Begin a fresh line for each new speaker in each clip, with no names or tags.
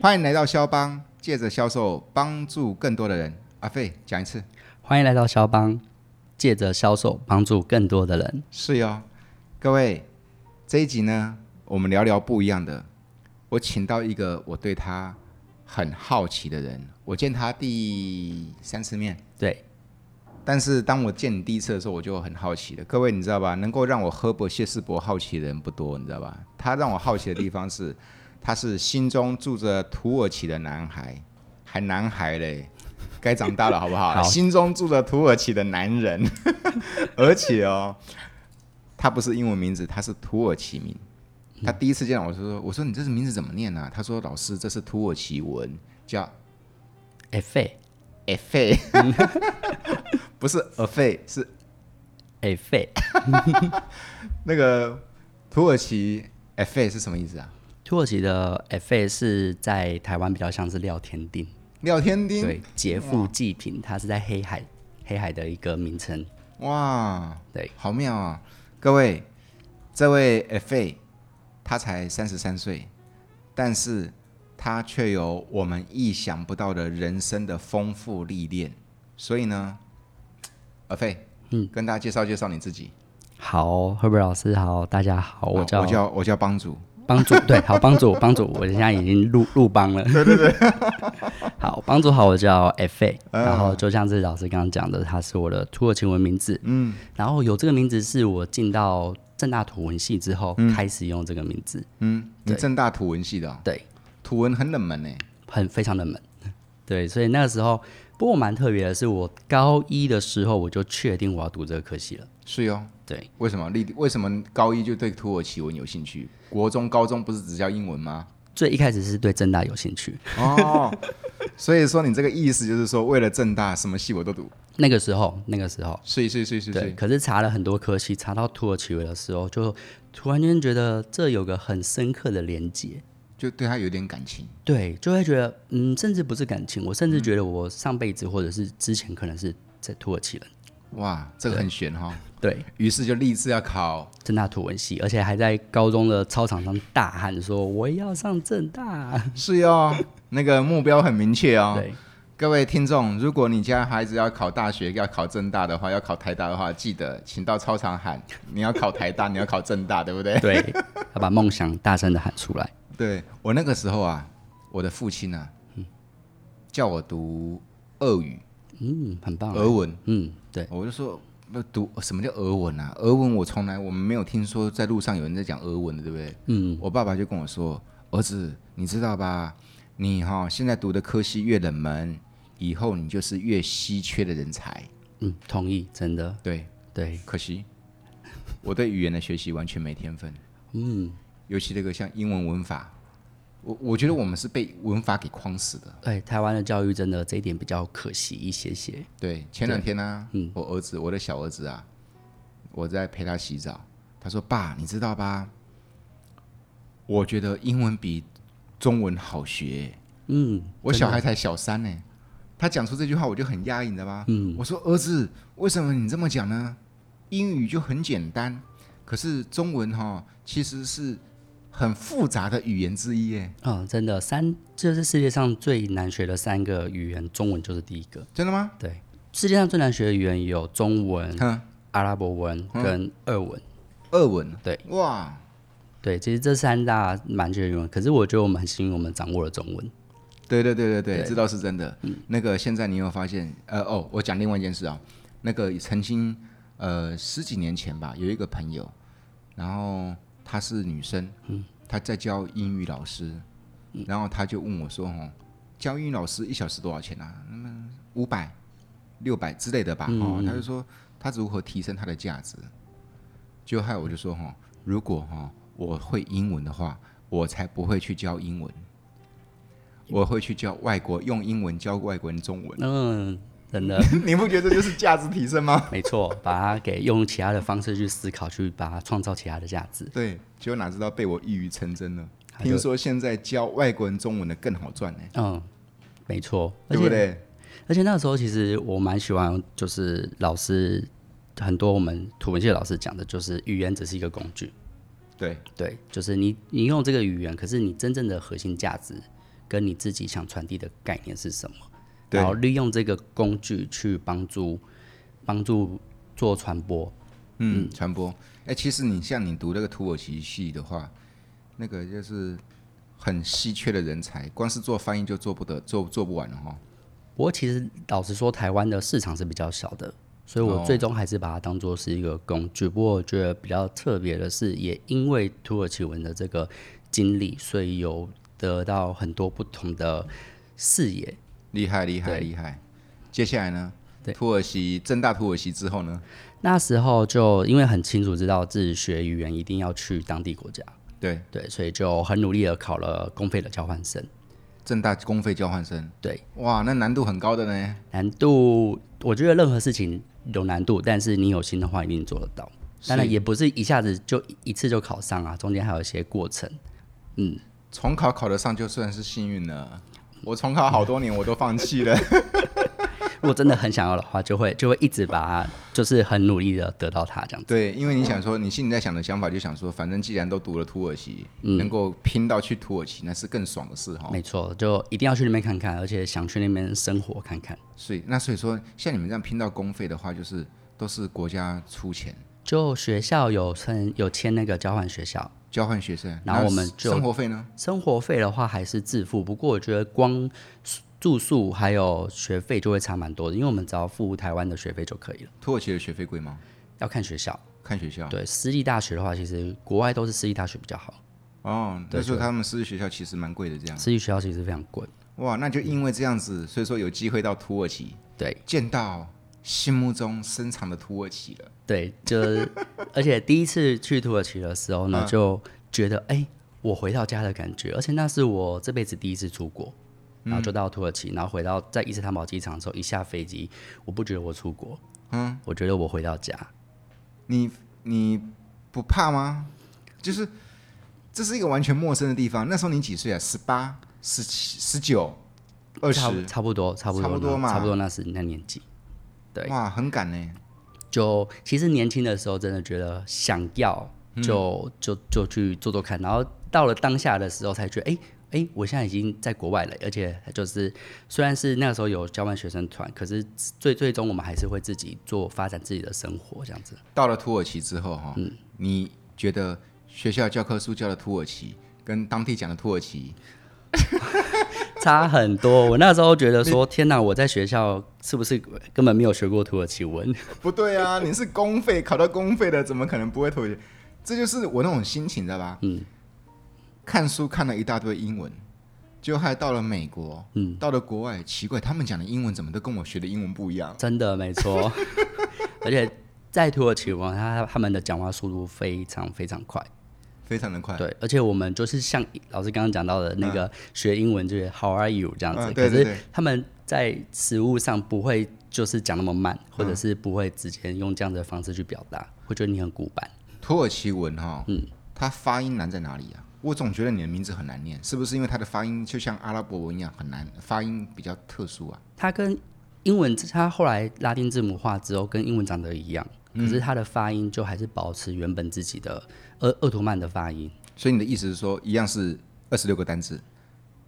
欢迎来到肖邦，借着销售帮助更多的人。阿费讲一次，
欢迎来到肖邦，借着销售帮助更多的人。
是哟、各位，这一集呢，我们聊聊不一样的。我请到一个我对他很好奇的人，我见他第三次面，
对，
但是当我见你第一次的时候，我就很好奇了。各位，你知道吧？能够让我赫伯谢世博好奇的人不多，你知道吧？他让我好奇的地方是，他是心中住着土耳其的男孩，还男孩嘞，该长大了好不好？
好
心中住着土耳其的男人， 而且哦，他不是英文名字，他是土耳其名。他第一次见到我就说：“我说你这名字怎么念啊？”他说：“老师，这是土耳其文，叫
哎费
e f e 不是 e f e 是
哎费，
那个土耳其 FA 是什么意思啊？
土耳其的哎费是在台湾比较像是廖天丁，
廖天丁。
对，劫富济贫，它是在黑海黑海的一个名称。
哇，
对，
好妙啊！各位，这位 FA 他才三十三岁，但是他却有我们意想不到的人生的丰富历练。所以呢，阿飞，嗯，跟大家介绍介绍你自己。
好，赫伯老师好，大家好，我
啊
叫
我叫我叫帮主。
帮主，对，好帮主帮主，我现在已经入入帮了。对对嗯对。 好，帮主好，我叫 F A，、然后就像是老师刚刚讲的，他是我的土耳其文名字。嗯，然后有这个名字是我进到正大土文系之后、开始用这个名字，
嗯，你
对
正大土文系的、哦，
对，
土文很冷门呢。
很非常的猛。 对，所以那个时候，不过蛮特别的是，我高一的时候我就确定我要读这个科系了。
是哟、
对，
为什么？立为什么高一就对土耳其文有兴趣？国中、高中不是只教英文吗？
最一开始是对正大有兴趣，
哦，所以说你这个意思就是说，为了正大，什么系我都读。
那个时候，那个时候，
是是是是
对，
是，
可是查了很多科系，查到土耳其文的时候，就突然间觉得这有个很深刻的连接。
就对他有点感情。
对，就会觉得，嗯，甚至不是感情，我甚至觉得我上辈子或者是之前可能是在土耳其人，
哇，这个很悬哈、
对，
于是就立志要考
正大土文系，而且还在高中的操场上大喊说我要上正大，
是哟、那个目标很明确哦。
对，
各位听众，如果你家孩子要考大学、要考正大的话，要考台大的话，记得请到操场喊：你要考台大，你要考正大，对不对？
对，要把梦想大声的喊出来，
对我那个时候啊，我的父亲啊，叫我读俄语、
嗯，很棒，
俄文，
嗯，对，
我就说那读什么叫俄文啊？俄文我从来我们没有听说在路上有人在讲俄文的，对不对？
嗯，
我爸爸就跟我说，儿子，你知道吧？你哈、现在读的科系越冷门，以后你就是越稀缺的人才。
嗯，同意，真的，
对，
对，
可惜我对语言的学习完全没天分。
嗯，
尤其这个像英文文法，我我觉得我们是被文法给框死的。
对，哎台湾的教育真的这一点比较可惜一些些，
对，前两天呢、啊
嗯
我儿子，我的小儿子啊，我在陪他洗澡，他说：“爸，你知道吧？我觉得英文比中文好学。
嗯，
我小孩才小三呢、他讲出这句话我就很压抑，你知道吗？
嗯
我说儿子，为什么你这么讲呢？英语就很简单，可是中文哈、其实是很复杂的语言之一耶、
嗯，真的三，这是世界上最难学的三个语言，中文就是第一个。
真的吗？
对，世界上最难学的语言有中文、
哼，
阿拉伯文跟俄文。
俄文
对
哇，
对，其实这三大蛮学的语文，可是我觉得我们很幸运，我们掌握了中文。
对对对对对，
对
这倒是真的。那个现在你有没有发现？呃哦，我讲另外一件事啊、那个曾经呃十几年前吧，有一个朋友，然后她是女生，她在教英语老师，然后她就问我说：“哦，教英语老师一小时多少钱啊？那么五百、六百之类的吧？”哦，她就说她如何提升她的价值。就害我就说：“哦，如果哈、哦、我会英文的话，我才不会去教英文。”我会去教外国用英文教外国人中文，
嗯，真的，
你不觉得这就是价值提升吗？
没错，把它给用其他的方式去思考，去把它创造其他的价值。
对，结果哪知道被我一语成真了。
他就
听说现在教外国人中文的更好赚呢、
嗯，没错，而
对不
且
对？
而且那时候其实我蛮喜欢，就是老师很多我们土文系的老师讲的，就是语言只是一个工具。
对，
对，就是你你用这个语言，可是你真正的核心价值跟你自己想传递的概念是什么，
对
然后利用这个工具去帮助帮助做传播。
嗯，传播。哎、其实你像你读那个土耳其系的话，那个就是很稀缺的人才，光是做翻译就做不得，做做不完了哈。
不过其实老实说，台湾的市场是比较小的，所以我
哦
最终还是把它当做是一个工具。不过我觉得比较特别的是，也因为土耳其文的这个经历，所以有得到很多不同的视野。
厉害，厉害，
对
厉害。接下来呢？
对
土耳其正大土耳其之后呢？
那时候就因为很清楚知道自己学语言一定要去当地国家，
对，
对，所以就很努力的考了公费的交换生。
正大公费交换生。
对，
哇，那难度很高的呢。
难度，我觉得任何事情有难度，但是你有心的话，一定做得到。当然
是
也不是一下子就一次就考上啊，中间还有一些过程。
重考考得上就算是幸运了。我重考好多年，我都放弃了。
如果真的很想要的话，就会就会一直把它，就是很努力的得到它这样子。
对，因为你想说，你心里在想的想法就想说，反正既然都读了土耳其，能够拼到去土耳其，那是更爽的事哈。
嗯没错，就一定要去那边看看，而且想去那边生活看看。
所以，那所以说，像你们这样拼到公费的话，就是都是国家出钱
就学校有签有签那个交换学校，
交换学生，
然后我们
那
就
生活费呢？
生活费的话还是自付，不过我觉得光住宿还有学费就会差蛮多的，因为我们只要付台湾的学费就可以了，
土耳其的学费贵吗？
要看学校。
看学校。
对，私立大学的话，其实国外都是私立大学比较好，
哦，
对
那时候他们私立学校其实蛮贵的，这样。
私立学校其实非常贵。
哇，那就因为这样子，所以说有机会到土耳其，
对
见到心目中深藏的土耳其了。
对，就是而且第一次去土耳其的时候
嗯
呢，就觉得哎、我回到家的感觉，而且那是我这辈子第一次出国。然
嗯
后就到土耳其，然后回到在伊斯坦堡机场的时候，一下飞机，我不觉得我出国，嗯，我觉得我回到家，
你你不怕吗？就是这是一个完全陌生的地方。那时候你几岁啊？十八、十七、十九、二
差不
十，
差不多，差不
差
多那，
不多嘛
差不多那时那年纪。对
哇，很赶呢。
就其实年轻的时候，真的觉得想要就、就就去做做看，然后到了当下的时候，才觉得哎哎、诶我现在已经在国外了，而且就是虽然是那个时候有交换学生团，可是最最终我们还是会自己做发展自己的生活这样子。
到了土耳其之后哈，
嗯
你觉得学校教科书教的土耳其跟当地讲的土耳其，
差很多。我那时候觉得说，天哪，我在学校是不是根本没有学过土耳其文？
不对啊，你是公费考到公费的，怎么可能不会土耳其？这就是我那种心情，知道吧？嗯，看书看了一大堆英文，就还到了美国，嗯，到了国外，奇怪，他们讲的英文怎么都跟我学的英文不一样？
真的没错， 而且在土耳其文，他他们的讲话速度非常非常快。
非常的快，
对，而且我们就是像老师刚刚讲到的那个学英文就是 How are you 这样子，
嗯对对
可
对
是他们在食物上不会就是讲那么
嗯
慢，或者是不会直接用这样的方式去表达，会觉得你很古板。
土耳其文哈，嗯，它发音难在哪里啊？我总觉得你的名字很难念，是不是因为它的发音就像阿拉伯文一样很难，发音比较特殊啊？
它跟英文它后来拉丁字母化之后跟英文长得一样，可
嗯
是它的发音就还是保持原本自己的鄂鄂图曼的发音。
所以你的意思是说，一样是二十六个单字，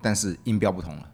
但是音标不同了。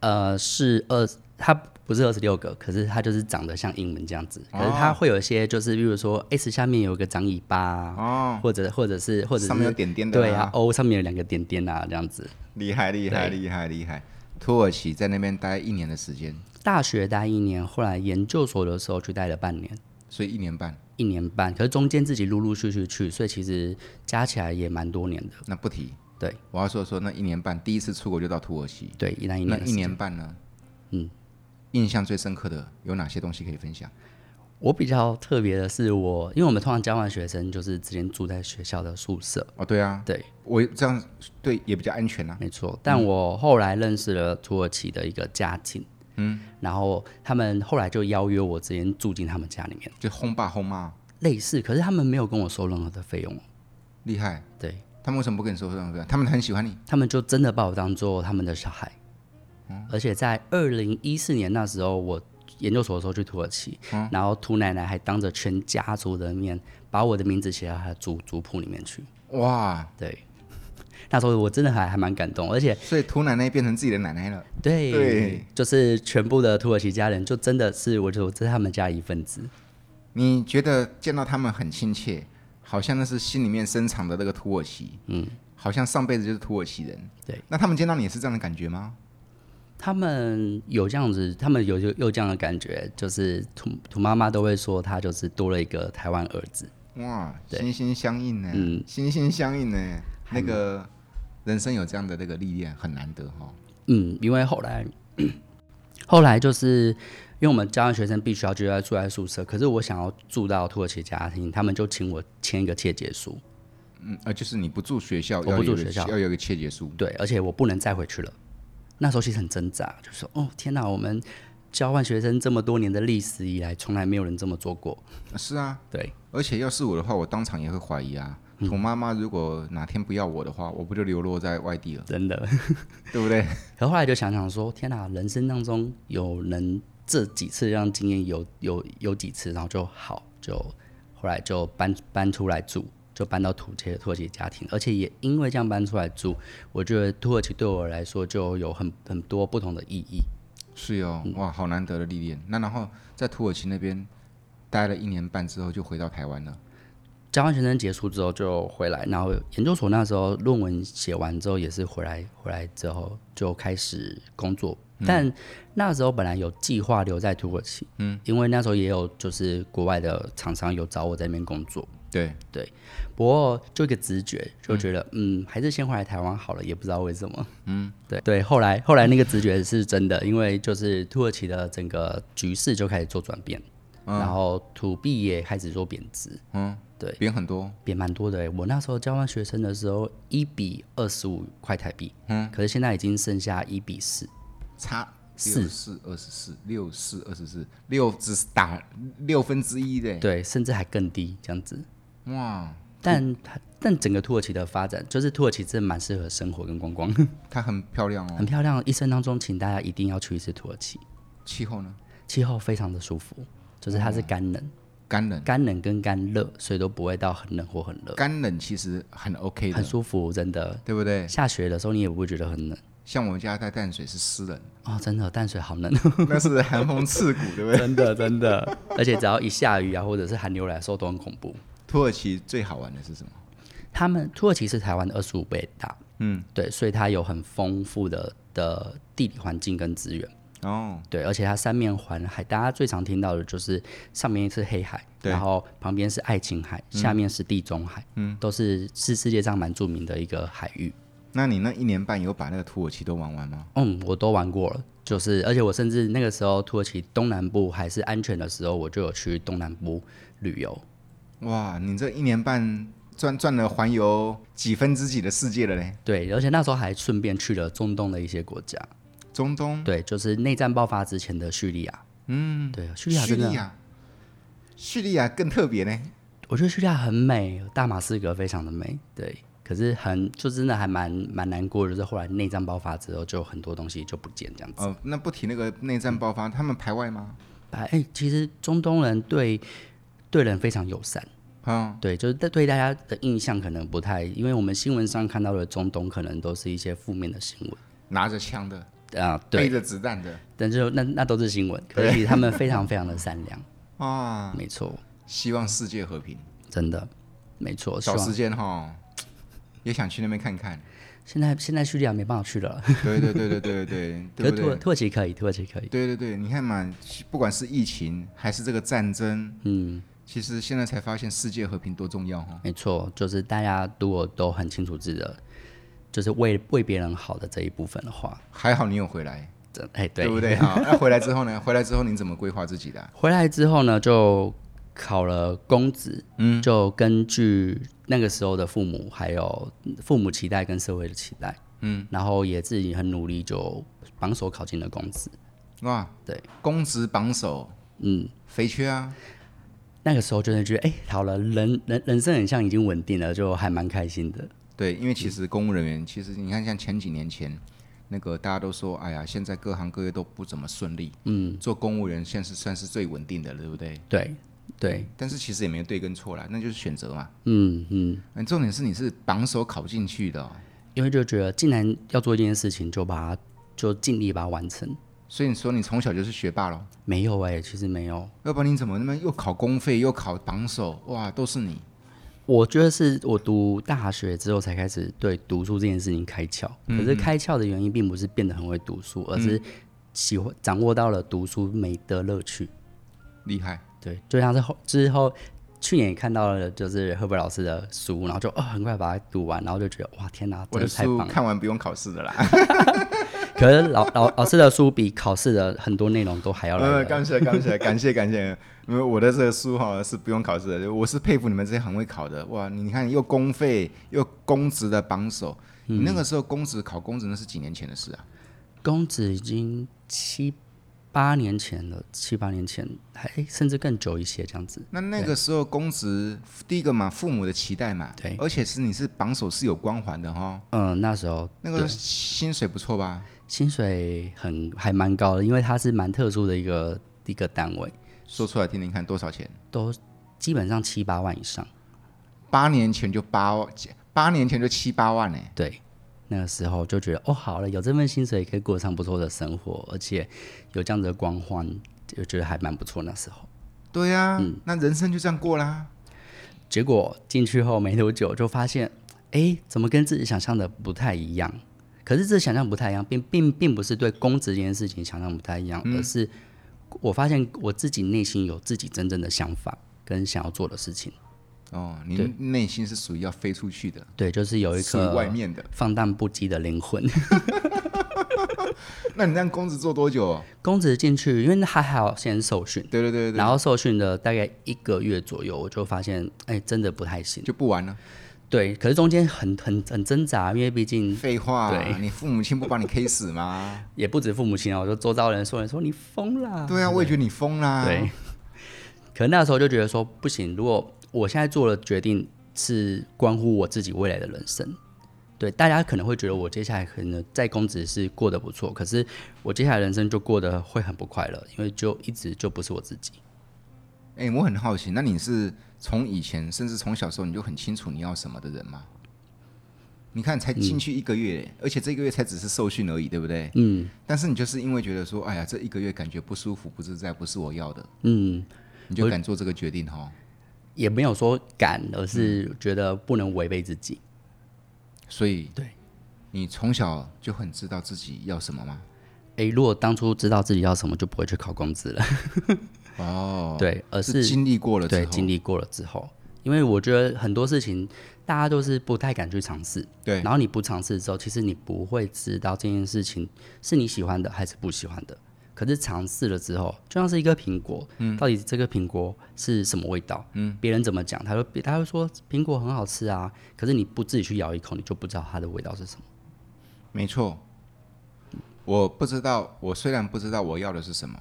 呃，是二，它不是二十六个，可是它就是长得像英文这样子。
哦
可是它会有一些，就是比如说 S 下面有个长尾巴，哦、或者或者是或者
上面有
是
点点的、
对啊，，O 上面有两个点点啊，这样子。
厉害厉害厉害厉害！土耳其在那边待一年的时间，
大学待一年，后来研究所的时候去待了半年，
所以一年半，
一年半。可是中间自己陆陆续续去，所以其实加起来也蛮多年的。
那不提。
对
我要说说那一年半，第一次出国就到土耳其，
对，一那一
那
年的
一
时
年半呢？
嗯，
印象最深刻的有哪些东西可以分享？
我比较特别的是我，因为我们通常交换学生就是之前住在学校的宿舍，
哦，对啊，
对，
我这样对也比较安全啊。
没错。嗯但我后来认识了土耳其的一个家庭，嗯，然后他们后来就邀约我直接住进他们家里面，
就轰爸轰妈，
类似，可是他们没有跟我收任何的费用哦，
厉害！
对
他们为什么不跟你说这种事？他们很喜欢你，
他们就真的把我当做他们的小孩。而且在二零一四年那时候，我研究所的时候去土耳其，然后土奶奶还当着全家族的面把我的名字写到她的族族谱里面去。
哇！
对，那时候我真的还还蛮感动，而且
所以涂奶奶变成自己的奶奶了。
对，
对
就是全部的土耳其家人，就真的是我觉得我这是他们家一份子。
你觉得见到他们很亲切，好像那是心里面深藏的那个土耳其，嗯，好像上辈子就是土耳其人。
对，
那他们见到你也是这样的感觉吗？
他们有这样子，他们有有有这样的感觉，就是土土妈妈都会说，她就是多了一个台湾儿子。
哇，
对
心心相印呢、
嗯
心心相印呢、那个人生有这样的那个历练很难得哈。
嗯，因为后来 后来就是因为我们交换学生必须要就要住在宿舍，可是我想要住到土耳其家庭，他们就请我签一个切结书，
嗯，呃，就是你不住学校，
我
要
不
有
住
一个
学校
要有一个切结书。
对，而且我不能再回去了。那时候其实很挣扎，就说哦天哪，我们交换学生这么多年的历史以来，从来没有人这么做过。
是啊，
对，嗯
而且要是我的话，我当场也会怀疑啊。我妈妈如果哪天不要我的话，我不就流落在外地了，
真的。
对不对？
可后来就想想说，天哪，人生当中有能这几次让经验有有有几次，然后就好，就后来就搬搬出来住，就搬到土耳土耳其家庭，而且也因为这样搬出来住，我觉得土耳其对我来说就有很很多不同的意义。
是哦，
嗯
哇，好难得的历练。那然后在土耳其那边待了一年半之后，就回到台湾了。
交换学生结束之后就回来，然后研究所那时候论文写完之后也是回来，回来之后就开始工作。但那时候本来有计划留在土耳其，嗯，因为那时候也有就是国外的厂商有找我在那边工作，
对，
不过就一个直觉就觉得，嗯还是先回来台湾好了，也不知道为什么，嗯，对对。后来后来那个直觉是真的，因为就是土耳其的整个局势就开始做转变，然后土币也开始做贬值，
别人很多，
也蛮多的欸我那时候交换学生的时候，一比二十五块台币，嗯，可是现在已经剩下一比四，
差
四
六四二十四，六四二十四，六只打六分之一的。
对，甚至还更低这样子。
哇，
但它但整个土耳其的发展，就是土耳其真的蛮适合生活跟观光，
它很漂亮哦
很。漂亮。一生当中，请大家一定要去一次土耳其，
气候呢？
气候非常的舒服，就是它是干冷，
干冷，
干冷跟干热，所以都不会到很冷或很热，
干冷其实很 OK
呃很
的，
舒服，真的。
对不对？
下雪的时候你也不会觉得很冷
像我们家在淡水是湿冷，
哦，真的淡水好冷。
那是寒风刺骨，对不对？
真的真的，而且只要一下雨啊，或者是寒流来的时候都很恐怖。
土耳其最好玩的是什么？
他们土耳其是台湾的二十五倍大，嗯，对，所以它有很丰富的的地理环境跟资源，
哦，
对，而且它三面环海，大家最常听到的就是上面是黑海，
对
然后旁边是爱琴海，下面是地中海，嗯，都是是世界上蛮著名的一个海域。
那你那一年半有把那个土耳其都玩完吗？
嗯，我都玩过了，就是而且我甚至那个时候土耳其东南部还是安全的时候，我就有去东南部旅游，
哇，你这一年半赚赚了环游几分之几的世界了嘞？
对，而且那时候还顺便去了中东的一些国家，
中东、
对，就是内战爆发之前的叙利亚。嗯，对，叙利亚
叙
真
利
的，
亚，叙利亚更特别呢。
我觉得叙利亚很美，大马士革非常的美，对。可是很就真的还蛮蛮难过的，就是后来内战爆发之后，就很多东西就不见这样子。
哦，那不提那个内战爆
嗯
发，他们排外吗？
哎、其实中东人对对人非常友善，
啊，
对，就是对对大家的印象可能不太，因为我们新闻上看到的中东可能都是一些负面的新闻
拿着枪的，
啊、对
背，着子弹的，
但就那那都是新闻，可是其实他们非常非常的善良，
啊，
没错。
希望世界和平。
真的，没错。希
找时
望
间哈，也想去那边看看。
现在现在叙利亚没办法去了，
对对对对对 对
可
对，对
是
不
土
对？
土耳其可以，土耳其可以。
对对对，你看嘛，不管是疫情还是这个战争，嗯，其实现在才发现世界和平多重要哈。
没错，就是大家如果都很清楚自己的，就是为为别人好的这一部分的话，
还好你有回来，
真哎对
对不 对？好，那回来之后呢？回来之后你怎么规划自己的啊？
回来之后呢，就考了公职，嗯，就根据那个时候的父母，还有父母期待跟社会的期待，嗯，然后也自己很努力，就榜首考进了公职。
哇，
对，
公职榜首，嗯，肥缺啊，
那个时候就是觉得，哎、好了，人人人生很像已经稳定了，就还蛮开心的。
对，因为
嗯
其实公务人员，其实你看，像前几年前，那个大家都说，哎呀，现在各行各业都不怎么顺利，嗯，做公务人现在是算是最稳定的了，对不对？
对对，
但是其实也没有对跟错啦，那就是选择嘛。
嗯嗯，
嗯，重点是你是榜首考进去的哦、
哎、因为就觉得既然要做一件事情，就把它就尽力把它完成。
所以你说你从小就是学霸咯，
没有哎、其实没有，
要不然你怎么那么又考公费又考榜首，哇，都是你。
我觉得是我读大学之后才开始对读书这件事情开窍。可是开窍的原因并不是变得很会读书，而是喜欢掌握到了读书没的乐趣。
厉害，
对，就像是后之后去年也看到了，就是赫伯老师的书，然后就哦很快把它读完，然后就觉得哇天哪，
我的
真的太
书
棒了。
看完不用考试的啦。
可是老老老师的书比考试的很多内容都还 要来
呃，
得
感谢感谢感谢感谢，因为我的这个书哈是不用考试的，我是佩服你们这些很会考的哇！你看又公费又公职的榜首，你那个时候公职考公职那是几年前的事啊？
公子已经七八年前了，七八年前还诶甚至更久一些这样子。
那那个时候公职第一个嘛，父母的期待嘛，
对
而且是你是榜首是有光环的哈，
嗯，那时候
那个薪水不错吧？
薪水很还蛮高的，因为它是蛮特殊的一个一个单位，
说出来听听看多少钱？
都基本上七八万以上。
八年前就八万，八年前就七八万呢、
对，那个时候就觉得哦，好了，有这份薪水可以过上不错的生活，而且有这样子的光环，就觉得还蛮不错。那时候，
对呀、那人生就这样过啦。
结果进去后没多久就发现，哎，怎么跟自己想象的不太一样？可是这想象不太一样，并并并不是对公职这件事情想象不太一样，
嗯
而是我发现我自己内心有自己真正的想法跟想要做的事情。
哦，你内心是属于要飞出去的，
对，就是有一
属于
颗
外面的。
放荡不羁的灵魂。
那你让公子做多久、哦？
公职进去，因为他还要先受训，
对对对对，
然后受训的大概一个月左右，我就发现，哎，真的不太行。
就不玩了。
对，可是中间很很很挣扎，因为毕竟
废话，
嗯对
你父母亲不把你 K 死 吗？
也不止父母亲啊，我就周遭人说人说你疯啦。
对啊，我也觉得你疯啦。
对，可那时候就觉得说不行，如果我现在做了决定是关乎我自己未来的人生。对，大家可能会觉得我接下来可能在公职是过得不错，可是我接下来人生就过得会很不快乐，因为就一直就不是我自己。
哎、我很好奇，那你是从以前，甚至从小时候你就很清楚你要什么的人吗？你看，才进去一个月、而且这个月才只是受训而已，对不对？
嗯
但是你就是因为觉得说，哎呀，这一个月感觉不舒服、不自在，不是我要的，
嗯，
你就敢做这个决定哦哈。
也没有说敢，而是觉得不能违背自己。
所以，
对，
你从小就很知道自己要什么吗？
诶，如果当初知道自己要什么，就不会去考公职了。
哦，
对，而
是
是
经历过了之
对，
后，
经历过了之后，因为我觉得很多事情大家都是不太敢去尝试，
对
然后你不尝试之后，其实你不会知道这件事情是你喜欢的还是不喜欢的。可是尝试了之后，就像是一个苹果，嗯，到底这个苹果是什么味道？嗯，别人怎么讲，他会他会说苹果很好吃啊，可是你不自己去咬一口，你就不知道它的味道是什么。
没错，我不知道，我虽然不知道我要的是什么，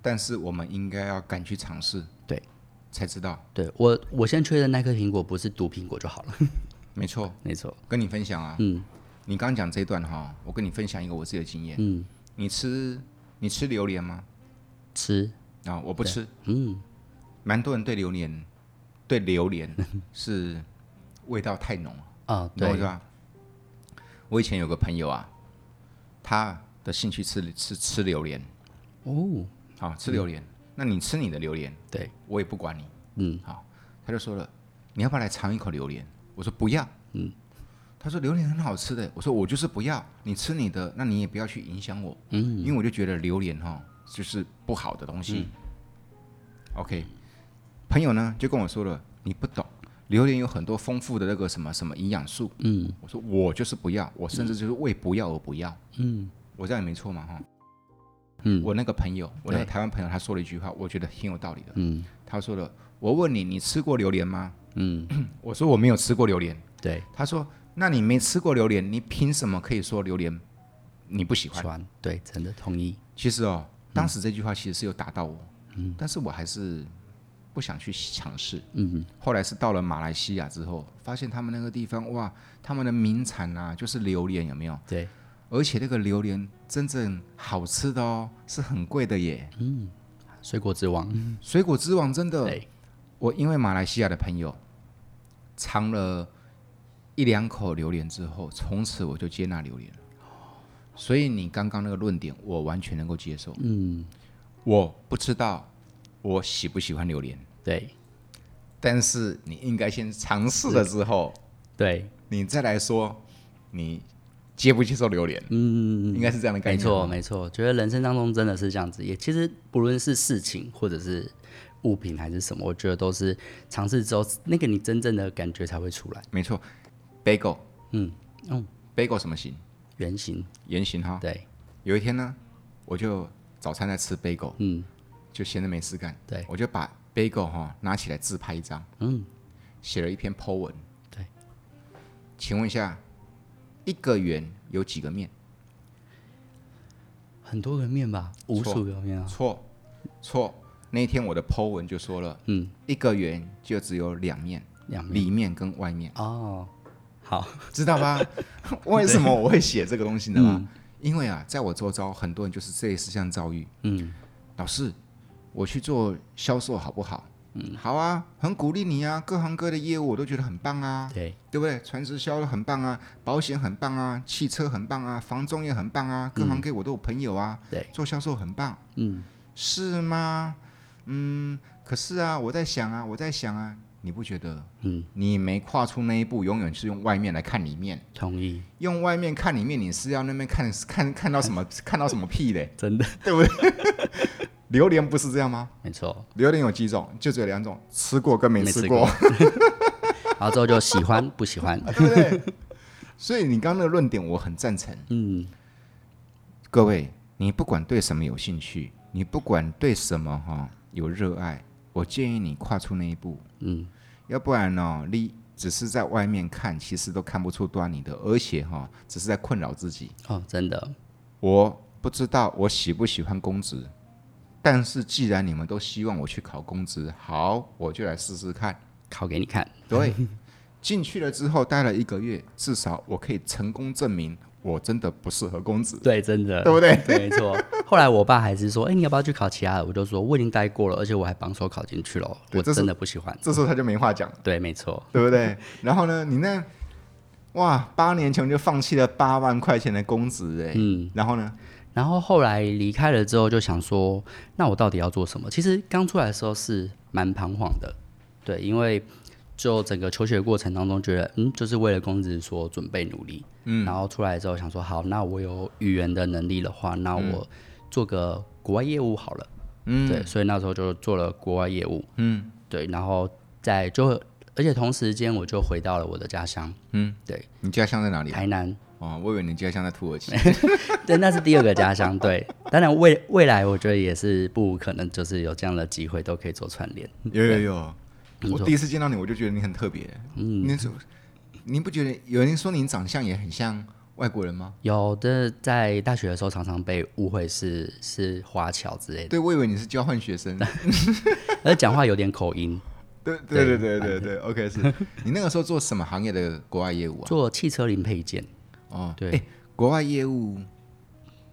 但是我们应该要敢去尝试，
对，
才知道。
对我，我先确认那颗苹果不是毒苹果就好了。
没错，
没错，
跟你分享啊，
嗯
你刚讲这段哈，我跟你分享一个我自己的经验。
嗯，
你吃你吃榴莲吗？
吃，
啊、我不吃。
嗯
蛮多人对榴莲，对榴莲 是味道太浓了，
啊，
你懂我意思
对，
吧？我以前有个朋友啊，他的兴趣吃吃吃榴莲，
哦，
好吃榴莲。那你吃你的榴莲，
对，
我也不管你。
嗯，
好，他就说了，你要不要来尝一口榴莲？我说不要。嗯，他说榴莲很好吃的，我说我就是不要，你吃你的，那你也不要去影响我。嗯，因为我就觉得榴莲哈就是不好的东西。OK，朋友呢就跟我说了，你不懂。榴莲有很多丰富的那个什么什么营养素，嗯，我说我就是不要，我甚至就是为不要而不要，嗯，我这样也没错嘛哈，
嗯
我那个朋友，我那个
对
台湾朋友，他说了一句话，我觉得挺有道理的，
嗯
他说了：“我问你，你吃过榴莲吗
嗯，？”
我说：“我没有吃过榴莲。
对，”
他说：“那你没吃过榴莲，你凭什么可以说榴莲你不喜欢
喜欢，对，真的同意，？”
其实哦，
嗯
当时这句话其实是有打到我，但是我还是不想去尝试。
嗯，
后来是到了马来西亚之后，发现他们那个地方哇，他们的名产啊就是榴莲，有没有？
对，
而且那个榴莲真正好吃的哦，是很贵的耶。
水果之王，
水果之王真的，
对，
我因为马来西亚的朋友尝了一两口榴莲之后，从此我就接纳榴莲了。所以你刚刚那个论点，我完全能够接受。
嗯，
我不知道我喜不喜欢榴莲，
对
但是你应该先尝试了之后，
对，
你再来说你接不接受榴莲，
嗯，
应该是这样的概
没
念。
错，没错，觉得人生当中真的是这样子，也其实不论是事情或者是物品还是什么，我觉得都是尝试之后，那个你真正的感觉才会出来。
没错，bagel，
嗯嗯
，bagel 什么型？
原型，
圆形哈。
对
有一天呢，我就早餐在吃 bagel，
嗯，
就闲着没事干，
对
我就把 bagel 哈拿起来自拍一张，
嗯，
写了一篇 po 文。
对，
请问一下，一个圆有几个面？
很多个面吧，无
错
数个面啊，
错，错。那一天我的 po 文就说了，
嗯，
一个圆就只有两面，
两面
里面跟外面，
哦，好，
知道吧？为什么我会写这个东西呢？因为啊，在我周遭很多人就是这一事项遭遇。
嗯，
老师，我去做销售好不好？嗯，好啊，很鼓励你啊，各行各业的业务我都觉得很棒啊，
对，
对不对？传直销很棒啊，保险很棒啊，汽车很棒啊，房中也很棒啊，各行各业我都有朋友啊，
对，
做销售很棒，
嗯，
是吗？嗯，可是啊，我在想啊，我在想啊，你不觉得？
嗯，
你没跨出那一步，永远是用外面来看里面，
同意，
用外面看里面，你是要那边看看看到什么，看到什么屁嘞？
真的，
榴莲不是这样吗？
没错。
榴莲有几种？就只有两种，吃过跟没
没
吃
吃
过，
然后之后就喜欢不喜欢，
对不对？所以你刚刚那个论点我很赞成。
嗯，
各位，你不管对什么有兴趣，你不管对什么哈、有热爱，我建议你跨出那一步。
嗯，
要不然呢、哦你只是在外面看，其实都看不出端倪的，而且哈、只是在困扰自己。
哦，真的，
我不知道我喜不喜欢公职，但是既然你们都希望我去考公职，好，我就来试试看。
考给你看，
对，进去了之后待了一个月，至少我可以成功证明我真的不适合公职，
对，真的，
对不对？
对，没错。后来我爸还是说，哎、你要不要去考其他的？我就说我已经待过了，而且我还榜首考进去了，
对
我
这是
真的不喜欢。
这时候他就没话讲，
对，没错，
对不 对？然后呢，你那哇，八年前我就放弃了八万块钱的公职，哎、
嗯。
然后呢，
然后后来离开了之后，就想说，那我到底要做什么？其实刚出来的时候是蛮彷徨的，对，因为就整个求学过程当中，觉得嗯，就是为了公职所准备努力，嗯，然后出来之后想说，好，那我有语言的能力的话，那我做个国外业务好了。
嗯，
对，所以那时候就做了国外业务，
嗯，
对，然后在就而且同时间我就回到了我的家乡，
嗯，
对，
你家乡在哪里？
台南，
哦，我以为你家乡在土耳其。
对，那是第二个家乡，对，当然未未来我觉得也是不无可能，就是有这样的机会都可以做串联，
有有有，
没
我
错
第一次见到你，我就觉得你很特别。嗯，你是你不觉得有人说你长相也很像外国人吗？
有的在大学的时候常常被误会是是华侨之类的，
对，我以为你是交换学 生。
而且讲话有点口音，
对对对
对
对对
反
对，OK，是你那个时候做什么行业的国外业务啊？
做汽车零配件，
哦，
对
诶，国外业务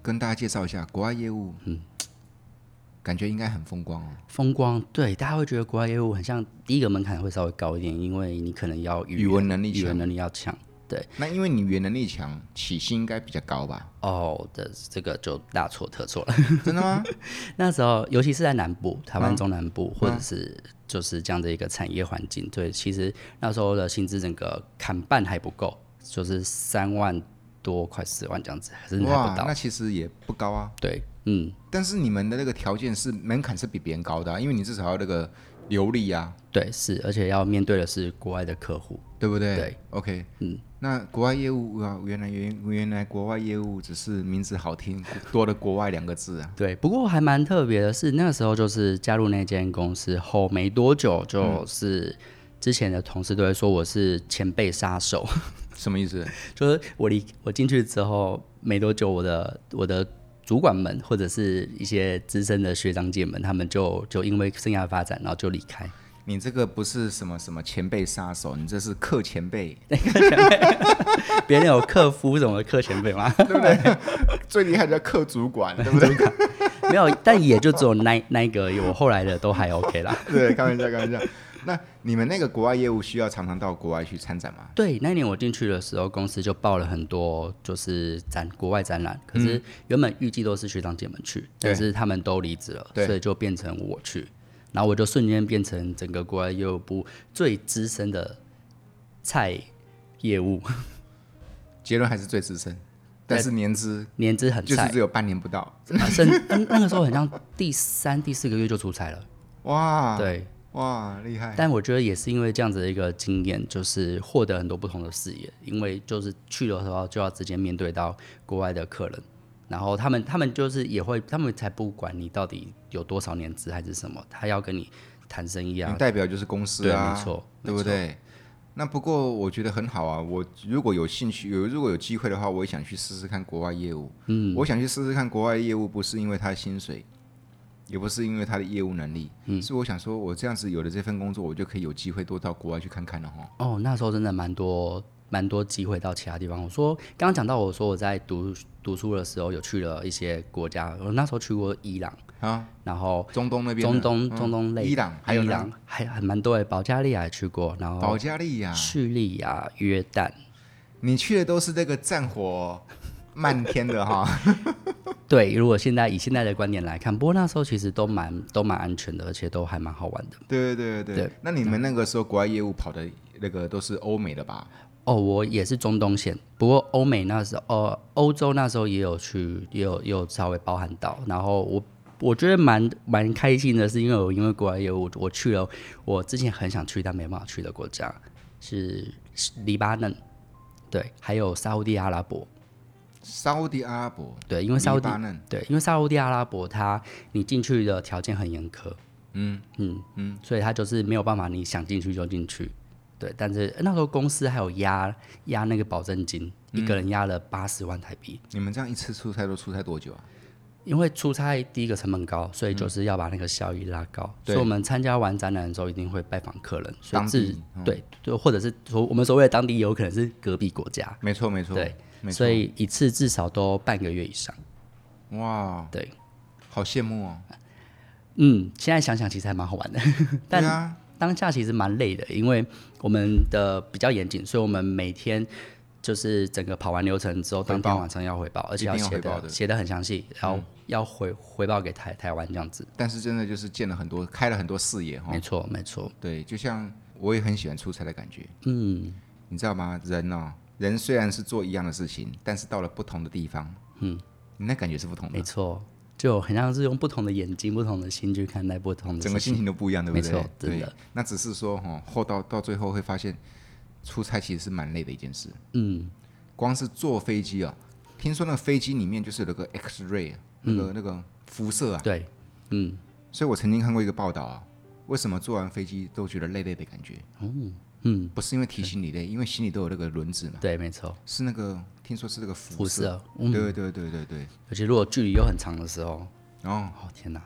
跟大家介绍一下，国外业务，嗯，感觉应该很风光哦。
风光，对，大家会觉得国外业务很像第一个门槛会稍微高一点，因为你可能要语
语文能力
语
强
文，能力要强，对。
那因为你语言能力强，起薪应该比较高 吧？
哦的这个就大错特错了。
真的吗？
那时候，尤其是在南部，台湾中南部，或者是就是这样的一个产业环境，对，其实那时候的薪资整个砍半还不够，就是三万多，快四万这样子，甚至还
哇
不，
那
到。
其实也不高啊。
对，嗯，
但是你们的那个条件是门槛是比别人高的、啊，因为你至少要那个流利啊，
对，是，而且要面对的是国外的客户，
对不对？
对
，OK，
嗯，
那国外业务啊，原来原原来国外业务只是名字好听，多了国外两个字啊。
对。不过还蛮特别的是，那个时候就是加入那间公司后没多久，就是之前的同事都会说我是前辈杀手。
什么意 思？
就是我离我进去之后没多久，我的我的主管们或者是一些资深的学长姐们，他们就就因为生涯发展，然后就离开。
你这个不是什么什么前辈杀手，你这是克前辈，
别人有客服什么课前辈吗？
对不对？最厉害的叫克主 管，对不对？
没有，但也就只有那那一个，我后来的都还 OK 啦。
对，开玩笑，开玩笑。那你们那个国外业务需要常常到国外去参展吗？
对，那年我进去的时候，公司就报了很多就是展国外展览，可
嗯
是原本预计都是学长姐们去，但是他们都离职了，
对
所以就变成我去，然后我就瞬间变成整个国外业务部最资深的菜业务，
杰伦还是最资深，但是年资
年资很
就是
菜，
只有半年不到。
啊甚、嗯那个时候很像第三、第四个月就出差了，
哇，
对。
哇，厉害！
但我觉得也是因为这样子的一个经验，就是获得很多不同的视野，因为就是去的时候就要直接面对到国外的客人，然后他们他们就是也会，他们才不管你到底有多少年资还是什么，他要跟你谈生意
你
啊，
代表嗯就是公司
对，
啊，
没错，
对不
没错？
对？那不过我觉得很好啊，我如果有兴趣，有如果有机会的话，我也想去试试看国外业务。嗯，我想去试试看国外业务，不是因为他的薪水，也不是因为他的业务能力，嗯，是我想说，我这样子有了这份工作，我就可以有机会多到国外去看看了哈。
哦，那时候真的蛮多蛮多机会到其他地方。我说刚刚讲到我说我在读读书的时候有去了一些国家，我那时候去过伊朗，
啊，
然后
中东那边呢，
中东、中东类，
伊朗还有
伊
呢
朗还还蛮多的，保加利亚也去过，然
保
后
加利亚，
叙利亚、约 旦，
你去的都是这个战火漫天的 哈。
对，如果现在以现在的观点来看，不过那时候其实都蛮都蛮安全的，而且都还蛮好玩的。
对对对对
对。
那你们那个时候国外业务跑的那个都是欧美的吧？
哦，我也是中东线，不过欧美那时候，呃，欧洲那时候也有去，也有也有稍微包含到。然后我我觉得蛮蛮开心的，是因为我因为国外业务，我我去了我之前很想去但没办法去的国家是是黎巴嫩，对，还有沙烏地阿拉伯，
沙地阿拉伯，
对，因为沙烏
黎
地
巴嫩，
对，因为沙烏地阿拉伯它你进去的条件很严苛，嗯嗯嗯，所以它就是没有办法，你想进去就进去。对，但是呃那时候公司还有压压那个保证金，
嗯
一个人压了八十万台币。
你们这样一次出差都出差多久啊？
因为出差第一个成本高，所以就是要把那个效益拉高。
嗯对
所以我们参加完展览的时候，一定会拜访客人，所以
当
自
地，嗯
对对，或者是说我们所谓的当地，有可能是隔壁国家，
没错没错，
对，
没错
所。以一次至少都半个月以上。
哇，
对，
好羡慕哦。
嗯，现在想想其实还蛮好玩的，但
对啊，
当下其实蛮累的，因为我们的比较严谨，所以我们每天就是整个跑完流程之后，
汇报
当天晚上要汇报，而且
一定要
写
汇报的嗯
的写的很详细，然后要回回报给台台湾这样子。
但是真的就是见了很多，开了很多视野哈
没。错，没错，
对，就像我也很喜欢出差的感觉，
嗯，
你知道吗？人哦，人虽然是做一样的事情，但是到了不同的地方，嗯，你那感觉是不同
没
的，
错，就很像是用不同的眼睛、不同的心去看待不同的
整个
事情
心情都不一样，对不对？
没错真
对
的。
那只是说哈，后到到最后会发现，出差其实是蛮累的一件事。
嗯，
光是坐飞机啊，听说那个飞机里面就是有那个 X ray，啊那
嗯
个、那个辐射啊，
对，嗯，
所以我曾经看过一个报道啊，为什么坐完飞机都觉得累累的感觉？
嗯，
不是因为提心里累，因为心里都有那个轮子嘛，
对，没错，
是那个听说是那个辐
辐射，嗯，
对对对对对。
而且如果距离又很长的时候，
然后
哦天哪，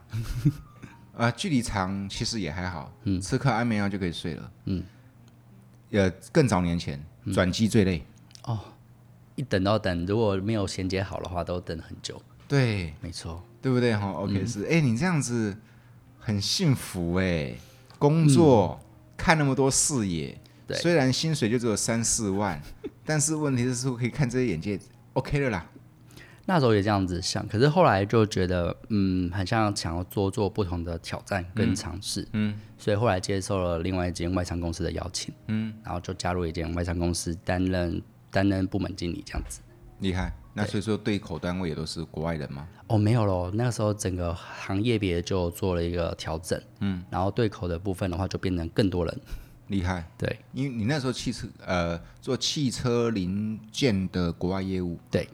呃，距离长其实也还好，嗯，吃颗安眠药就可以睡了，嗯。呃，更早年前转机最累，
一等到等，如果没有衔接好的话，都等很久。
对
没错，
对不对哈？OK 是，哎，你这样子很幸福哎，工作看那么多视野，
对
虽然薪水就只有三四万，但是问题是说可以看这些眼界，OK 了啦，
那时候也这样子想，可是后来就觉得，嗯，很像想要多做不同的挑战跟尝试，嗯，所以后来接受了另外一间外商公司的邀请，嗯，然后就加入一间外商公司担任担任部门经理这样子。
厉害。那所以说，对口单位也都是国外人吗？
哦，没有咯，那个时候整个行业别就做了一个调整，嗯，然后对口的部分的话就变成更多人，
厉害，
对
因为你那时候汽车呃做汽车零件的国外业务，
对，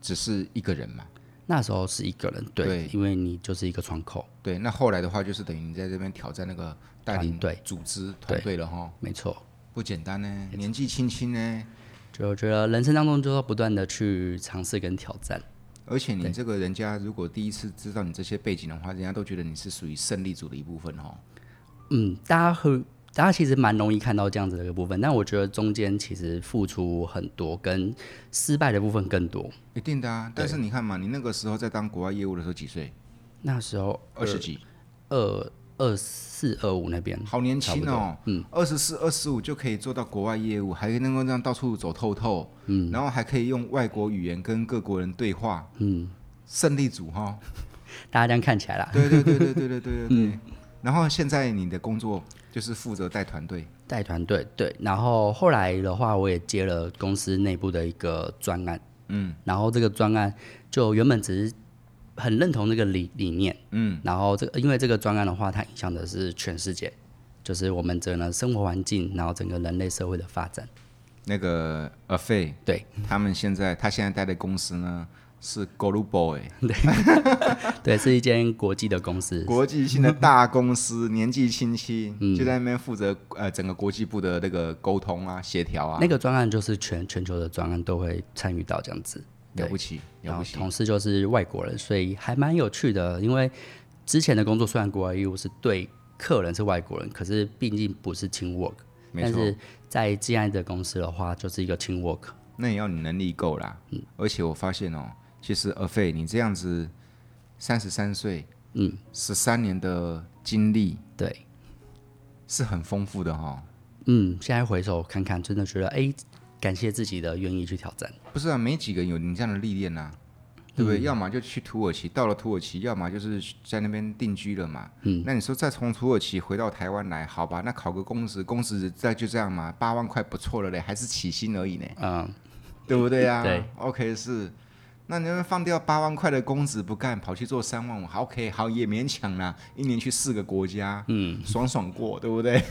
只是一个人嘛。
那时候是一个人，对，
对
因为你就是一个窗口，
对，那后来的话就是等于你在这边挑战那个带领
团队
组织团队了哈，
没错，
不简单呢，年纪轻轻呢，
就觉得人生当中就要不断的去尝试跟挑战。
而且你这个人家如果第一次知道你这些背景的话，人家都觉得你是属于胜利组的一部分哦。
嗯，大家会，大家其实蛮容易看到这样子的一个部分，但我觉得中间其实付出很多，跟失败的部分更多。
一定的啊，但是你看嘛，你那个时候在当国外业务的时候几岁？
那时候
二十几，
二二四二五那边，
好年
差不
轻
多
哦，嗯，二十四、二十五就可以做到国外业务，还能够这样到处走透透，嗯，然后还可以用外国语言跟各国人对话，
嗯，
胜利组 哈，
大家这样看起来啦，
对对对对对对对对
嗯
对。然后现在你的工作就是负责带团队，
带团队对，然后后来的话，我也接了公司内部的一个专案，
嗯
然后这个专案就原本只是很认同这个理理念，
嗯
然后这个因为这个专案的话，它影响的是全世界，就是我们整个生活环境，然后整个人类社会的发展。
那个阿费，
对
他们现在他现在待的公司呢是 Global 哎，
对，是一间国际的公司，
国际性的大公 司，年纪轻轻，
嗯
就在那边负责呃整个国际部的那个沟通啊、协调啊，
那个专案就是全全球的专案都会参与到这样子。
了不起，了
然
不
后
起，
同事就是外国人，所以还蛮有趣的。因为之前的工作虽然国外业务是对客人是外国人，可是毕竟不是 team work，
没
但
错。
是在这样的公司的话，就是一个 team work。
那也要你能力够啦。而且我发现哦，其实阿费你这样子三十三岁，嗯，十三年的经历
对，
是很丰富的哈、
嗯，现在回首看看，真的觉得哎、感谢自己的愿意去挑战。
不是啊，没几个人有你这样的历练呐、对不对？要么就去土耳其，到了土耳其，要么就是在那边定居了嘛。嗯，那你说再从土耳其回到台湾来，好吧？那考个公职，公职再就这样嘛，八万块不错了嘞，还是起薪而已呢，
嗯，
对不啊对啊？
对
，OK 是。那你们放掉八万块的工资不干，跑去做三万五，好 OK，好也勉强啦，一年去四个国家，嗯，爽爽过，对不对？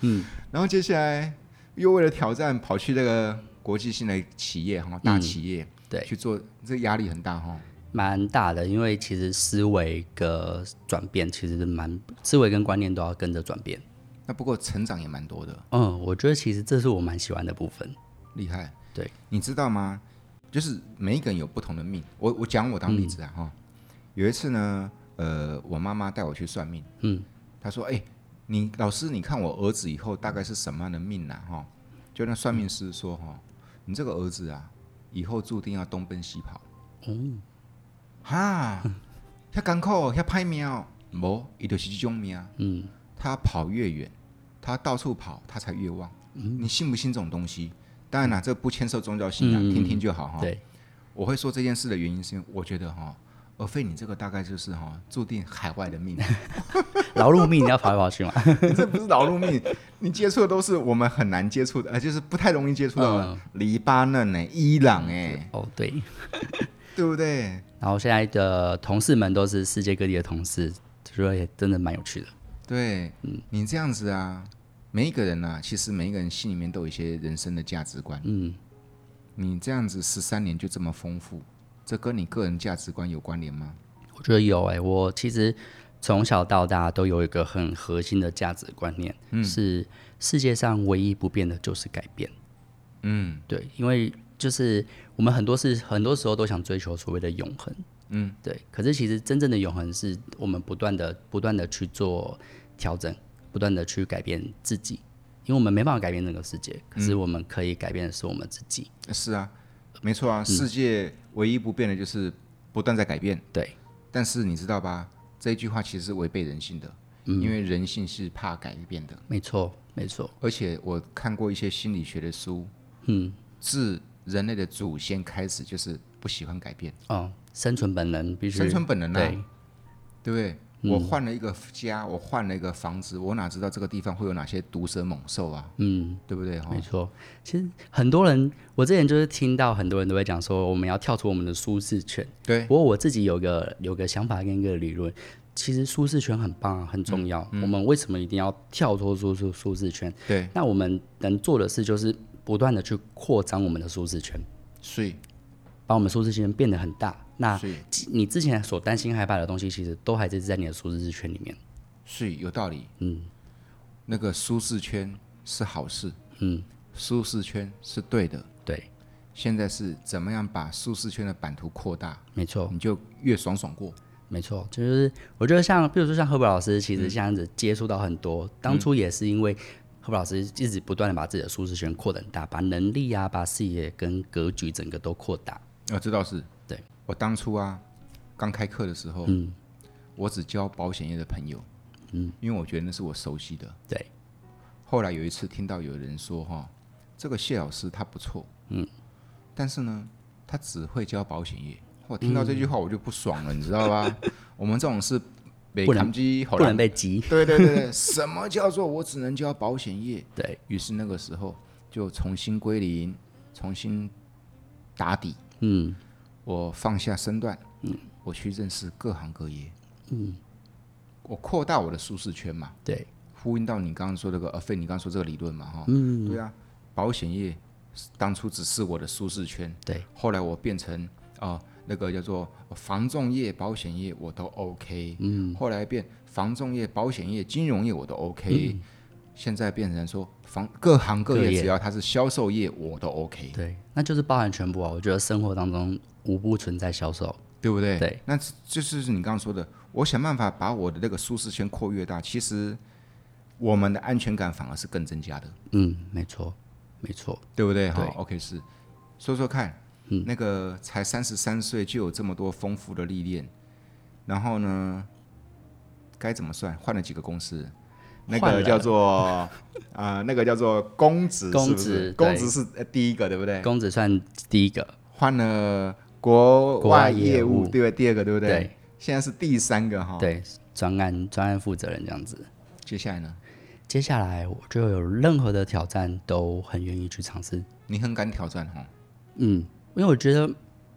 嗯， 然后接下来又为了挑战跑去那个国际性的企业哈，大企业、
对，
去做，这压力很大哈。
蛮大的，因为其实思维的转变其实是蛮思维跟观念都要跟着转变。
那不过成长也蛮多的，
嗯，我觉得其实这是我蛮喜欢的部分。
厉害。
对，
你知道吗？就是每一个人有不同的命。我我讲我当例子啊哈、有一次呢，呃，我妈妈带我去算命，嗯，她说：“哎、你老师，你看我儿子以后大概是什么样的命啊？哈，就那算命师说哈，你这个儿子啊，以后注定要东奔西跑。嗯哈，遐艰苦，遐歹命哦，无，伊就是这种命。嗯，他跑越远，他到处跑，他才越旺。你信不信这种东西？当然啦，这不牵涉宗教信仰，
嗯
听听就好哈。
对，
我会说这件事的原因是因为我觉得哈，而非你这个大概就是哈，注定海外的 命，
劳碌命你要跑来跑去嘛。
你这不是劳碌命，你接触的都是我们很难接触的，呃，就是不太容易接触到
嗯
的，黎巴嫩呢、伊朗哎、
哦，对。
对不对？
然后现在的同事们都是世界各地的同事，所以也真的蛮有趣的。
对，
嗯
你这样子啊，每一个人啊，其实每一个人心里面都有一些人生的价值观。
嗯，
你这样子十三年就这么丰富，这跟你个人价值观有关联吗？
我觉得有哎、我其实从小到大都有一个很核心的价值观念，是世界上唯一不变的就是改变。
嗯，
对，因为就是我们很多事，很多时候都想追求所谓的永恒。
嗯，
对。可是其实真正的永恒是我们不断的、不断的去做调整，不断的去改变自己，因为我们没办法改变这个世界，可
嗯
是我们可以改变的是我们自己。
是啊，没错
嗯
啊，世界唯一不变的就是不断在改变。
对，
但是你知道吧，这一句话其实是违背人性的，
嗯
因为人性是怕改变的。
没错，没错。
而且我看过一些心理学的书，
嗯，
自人类的祖先开始就是不喜欢改变，
哦，生存本能必须
生存本能啊。
对，嗯
对不对？我换了一个家，我换了一个房子，我哪知道这个地方会有哪些毒蛇猛兽啊？
嗯。
对不对？哈
没，错，其实很多人，我之前就是听到很多人都会讲说，我们要跳出我们的舒适圈。
对，
不过我自己有个有个想法跟一个理论，其实舒适圈很棒、啊，很重要。我们为什么一定要跳脱舒舒舒适圈？
对，
那我们能做的事就是不断的去扩张我们的舒适圈，
所以，
把我们舒适圈变得很大。那
所以，
你之前所担心害怕的东西，其实都还是在你的舒适圈里面。
所以有道理。嗯，那个舒适圈是好事，
嗯，
舒适圈是对的。
对，
现在是怎么样把舒适圈的版图扩大，
没错。
你就越爽爽过。
没错，就是我觉得像，比如说像赫本老师，
嗯
其实这样子接触到很多，当初也是因为赫本老师一直不断的把自己的舒适圈扩得很大，把能力啊、把视野跟格局整个都扩大。
哦我知道是，
对嗯
我当初啊，刚开课的时候，我只交保险业的朋友，嗯，因为我觉得那是我熟悉的。
对。
后来有一次听到有人说哈，这个谢老师他不错，嗯，但是呢，他只会交保险业。我听
嗯
到这句话我就不爽了，你知道 吧？我们这种是北
不能
扛机，后
不
来
能被急。
对对对对，什么叫做我只能交保险业？
对，
于是那个时候就重新归零，重新打底，
嗯，
我放下身段，嗯，我去认识各行各业，嗯，我扩大我的舒适圈嘛，
对，
呼应到你刚刚说这个，呃，费你刚刚说这个理论嘛，哈，嗯，对啊，保险业当初只是我的舒适圈，
对，
后来我变成啊、呃那个叫做防重业、保险业我都 OK，嗯，后来变防重业、保险业、金融业我都 OK，、现在变成说防各行嗯各
各
业
业
只要它是销售业我都 OK，
对，那就是包含全部啊。我觉得生活当中无不存在销售。
对不对？
对，
那就是你刚刚说的，我想办法把我的那个舒适圈扩越大，其实我们的安全感反而是更增加的，
嗯，没错，没错。
对不对？
对嗯
好，OK，是，说说看，那个才三十三岁就有这么多丰富的历练，然后呢，该怎么算？换了几个公司？那
换
个
了
叫做啊、呃那个叫做公职，
公
是不是
职
公
对
职是呃第一个，对不对？
公子算第一个，
换了国
国外
外业
业
务，
务
对吧？第二个，对不对？
对
现在是第三个哈。，
对，专案专案负责人这样子。
接下来呢？
接下来，我就有任何的挑战都很愿意去尝试。
你很敢挑战哈，
嗯，因为我觉得，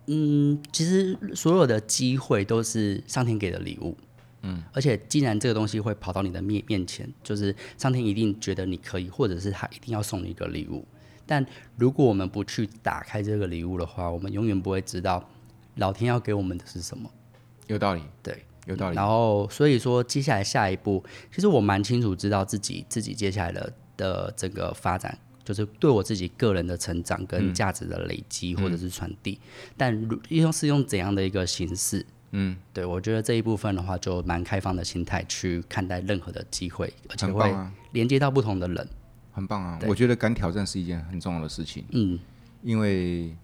嗯，其实所有的机会都是上天给的礼物。嗯，而且既然这个东西会跑到你的面面前，就是上天一定觉得你可以，或者是他一定要送你一个礼物。但如果我们不去打开这个礼物的话，我们永远不会知道老天要给我们的是什么。
有道理，
对，
有道理。
然后，所以说接下来下一步，其实我蛮清楚知道自己自己接下来的的这个发展，就是对我自己个人的成长
嗯
跟价值的累积或者是传递。但如用是用怎样的一个形式？
嗯，
对我觉得这一部分的话，就蛮开放的心态去看待任何的机会，而且
很
会
棒啊，
连接到不同的人。
很棒啊！
对
我觉得敢挑战是一件很重要的事情，
嗯
因为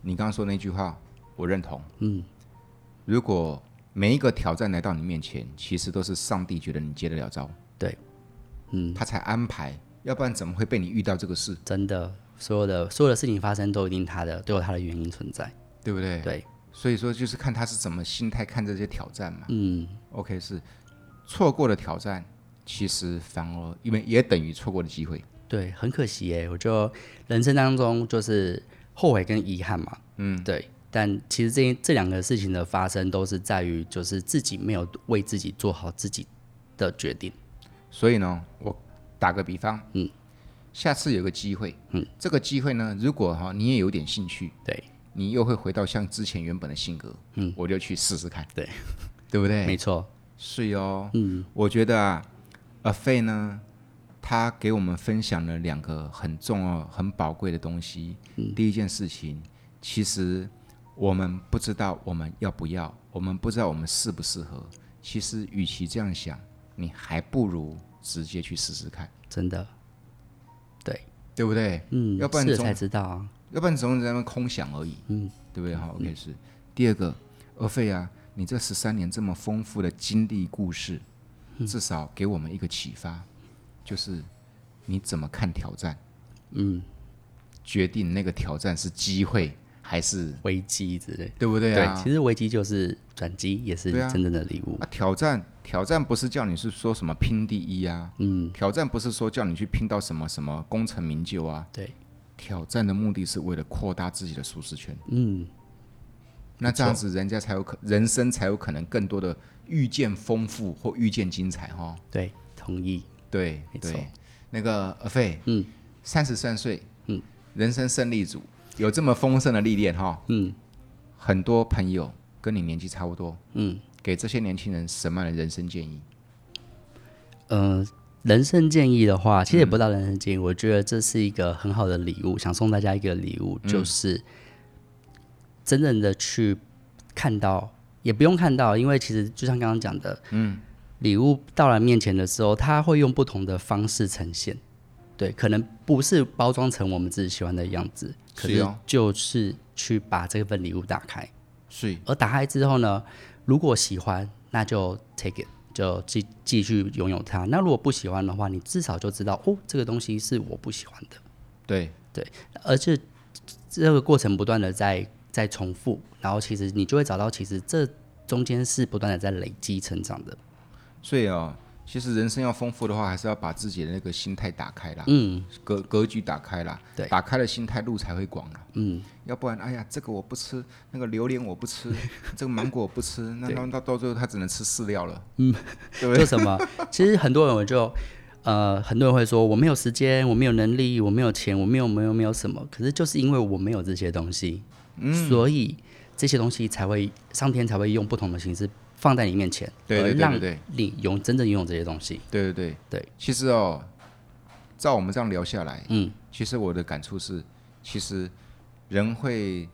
你刚刚说那句话，我认同。
嗯，
如果每一个挑战来到你面前，其实都是上帝觉得你接得了招，
对，嗯，
他才安排，要不然怎么会被你遇到这个事，
真的，所有的所有的事情发生都一定它的都有它的原因存在。
对不对？
对，
所以说就是看他是怎么心态看这些挑战嘛。
嗯，
OK，是错过的挑战，其实反而因为也等于错过的机会。
对，很可惜耶，我就人生当中就是后悔跟遗憾嘛。嗯，对。但其实这这两个事情的发生，都是在于就是自己没有为自己做好自己的决定。
所以呢，我打个比方，嗯，下次有个机会，嗯，这个机会呢，如果哈你也有点兴趣，
对，
你又会回到像之前原本的性格，嗯，我就去试试看，
对，
对不对？
没错，
是哦，嗯，我觉得啊，阿费呢，他给我们分享了两个很重要、很宝贵的东西。第一件事情，其实我们不知道我们要不要，我们不知道我们适不适合。其实，与其这样想，你还不如直接去试试看，
真的。
对不对？
嗯，
要不然
试了
总
才知道啊。
要不然总是在那边空想而已，嗯，对不对？好，OK 是。第二个，阿费啊，你这十三年这么丰富的经历故事，至少给我们一个启发，就是你怎么看挑战？嗯，决定那个挑战是机会还是
危机之类。
对不对啊？
其实危机就是转机，也是
对啊
真正的礼物。
啊，挑战挑战不是叫你是说什么拼第一啊，嗯，挑战不是说叫你去拼到什么什么功成名就啊，
对，
挑战的目的是为了扩大自己的舒适圈。
嗯，
那这样子，人家才有可人生才有可能更多的遇见丰富或遇见精彩哈。
对，同意。
对，
没错
对。那个阿费，嗯，三十三岁，嗯，人生胜利组，有这么丰盛的历练哈。嗯，很多朋友跟你年纪差不多，嗯，给这些年轻人什么样的人生建议？
呃，人生建议的话，其实也不到人生建议，我觉得这是一个很好的礼物，想送大家一个礼物，就是真正的去看到，也不用看到，因为其实就像刚刚讲的，嗯，礼物到了面前的时候，它会用不同的方式呈现。对，可能不是包装成我们自己喜欢的样子，可
是
是
哦
就是去把这份礼物打开。
是
而打开之后呢，如果喜欢，那就 take it，就继继续拥有它。那如果不喜欢的话，你至少就知道哦，这个东西是我不喜欢的，
对，
而且这个过程不断的在在重复，然后其实你就会找到，其实这中间是不断的在累积成长的。
所以哦，其实人生要丰富的话，还是要把自己的那个心态打开啦，
嗯
格格局打开啦，
对
打开了心态，路才会广啦。
嗯，
要不然，哎呀，这个我不吃，那个榴莲我不吃，这个芒果我不吃，那那到到最后他只能吃饲料了。
就什么？ 其实很多人我就，呃，很多人会说我没有时间，我没有能力，我没有钱，我没有没有没有什么。可是就是因为我没有这些东西，
嗯
所以这些东西才会上天才会用不同的形式放在你面前，
对对对
而让
对对
你拥真正拥有这些东西。
对对对
对，
其实哦，照我们这样聊下来，
嗯，
其实我的感触是，其实人会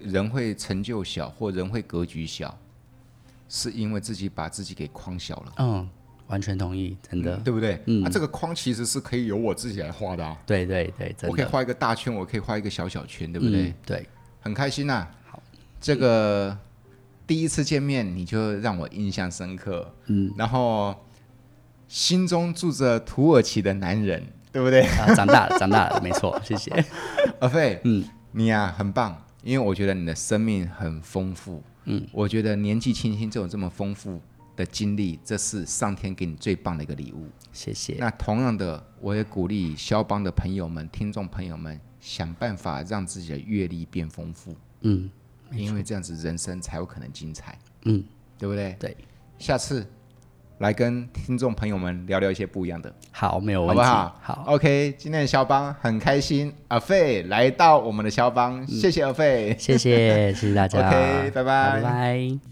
人会成就小或人会格局小，是因为自己把自己给框小了，
嗯，完全同意，真的，
对不对？
嗯
啊，这个框其实是可以由我自己来画的啊，
对对对，真
我可以
的，
画一个大圈，我可以画一个小小圈，对不对？
嗯？对，
很开心呐、啊这个第一次见面你就让我印象深刻，嗯，然后心中住着土耳其的男人，对不对？
啊，长大了， 长大了，没错，谢谢。
阿飞，
嗯，
你呀、很棒，因为我觉得你的生命很丰富，嗯，我觉得年纪轻轻就有这么丰富的经历，这是上天给你最棒的一个礼物。
谢谢，
那同样的，我也鼓励肖邦的朋友们、听众朋友们，想办法让自己的阅历变丰富，
嗯
因为这样子人生才有可能精彩，
嗯，
对不对？
对，
下次来跟听众朋友们聊聊一些不一样的。
好，没有
好
问
不
题，
好？
好，
，OK，今天的肖邦很开心，阿费
嗯
来到我们的肖邦，谢谢阿费。
谢谢，谢谢大家
OK，拜拜
拜拜。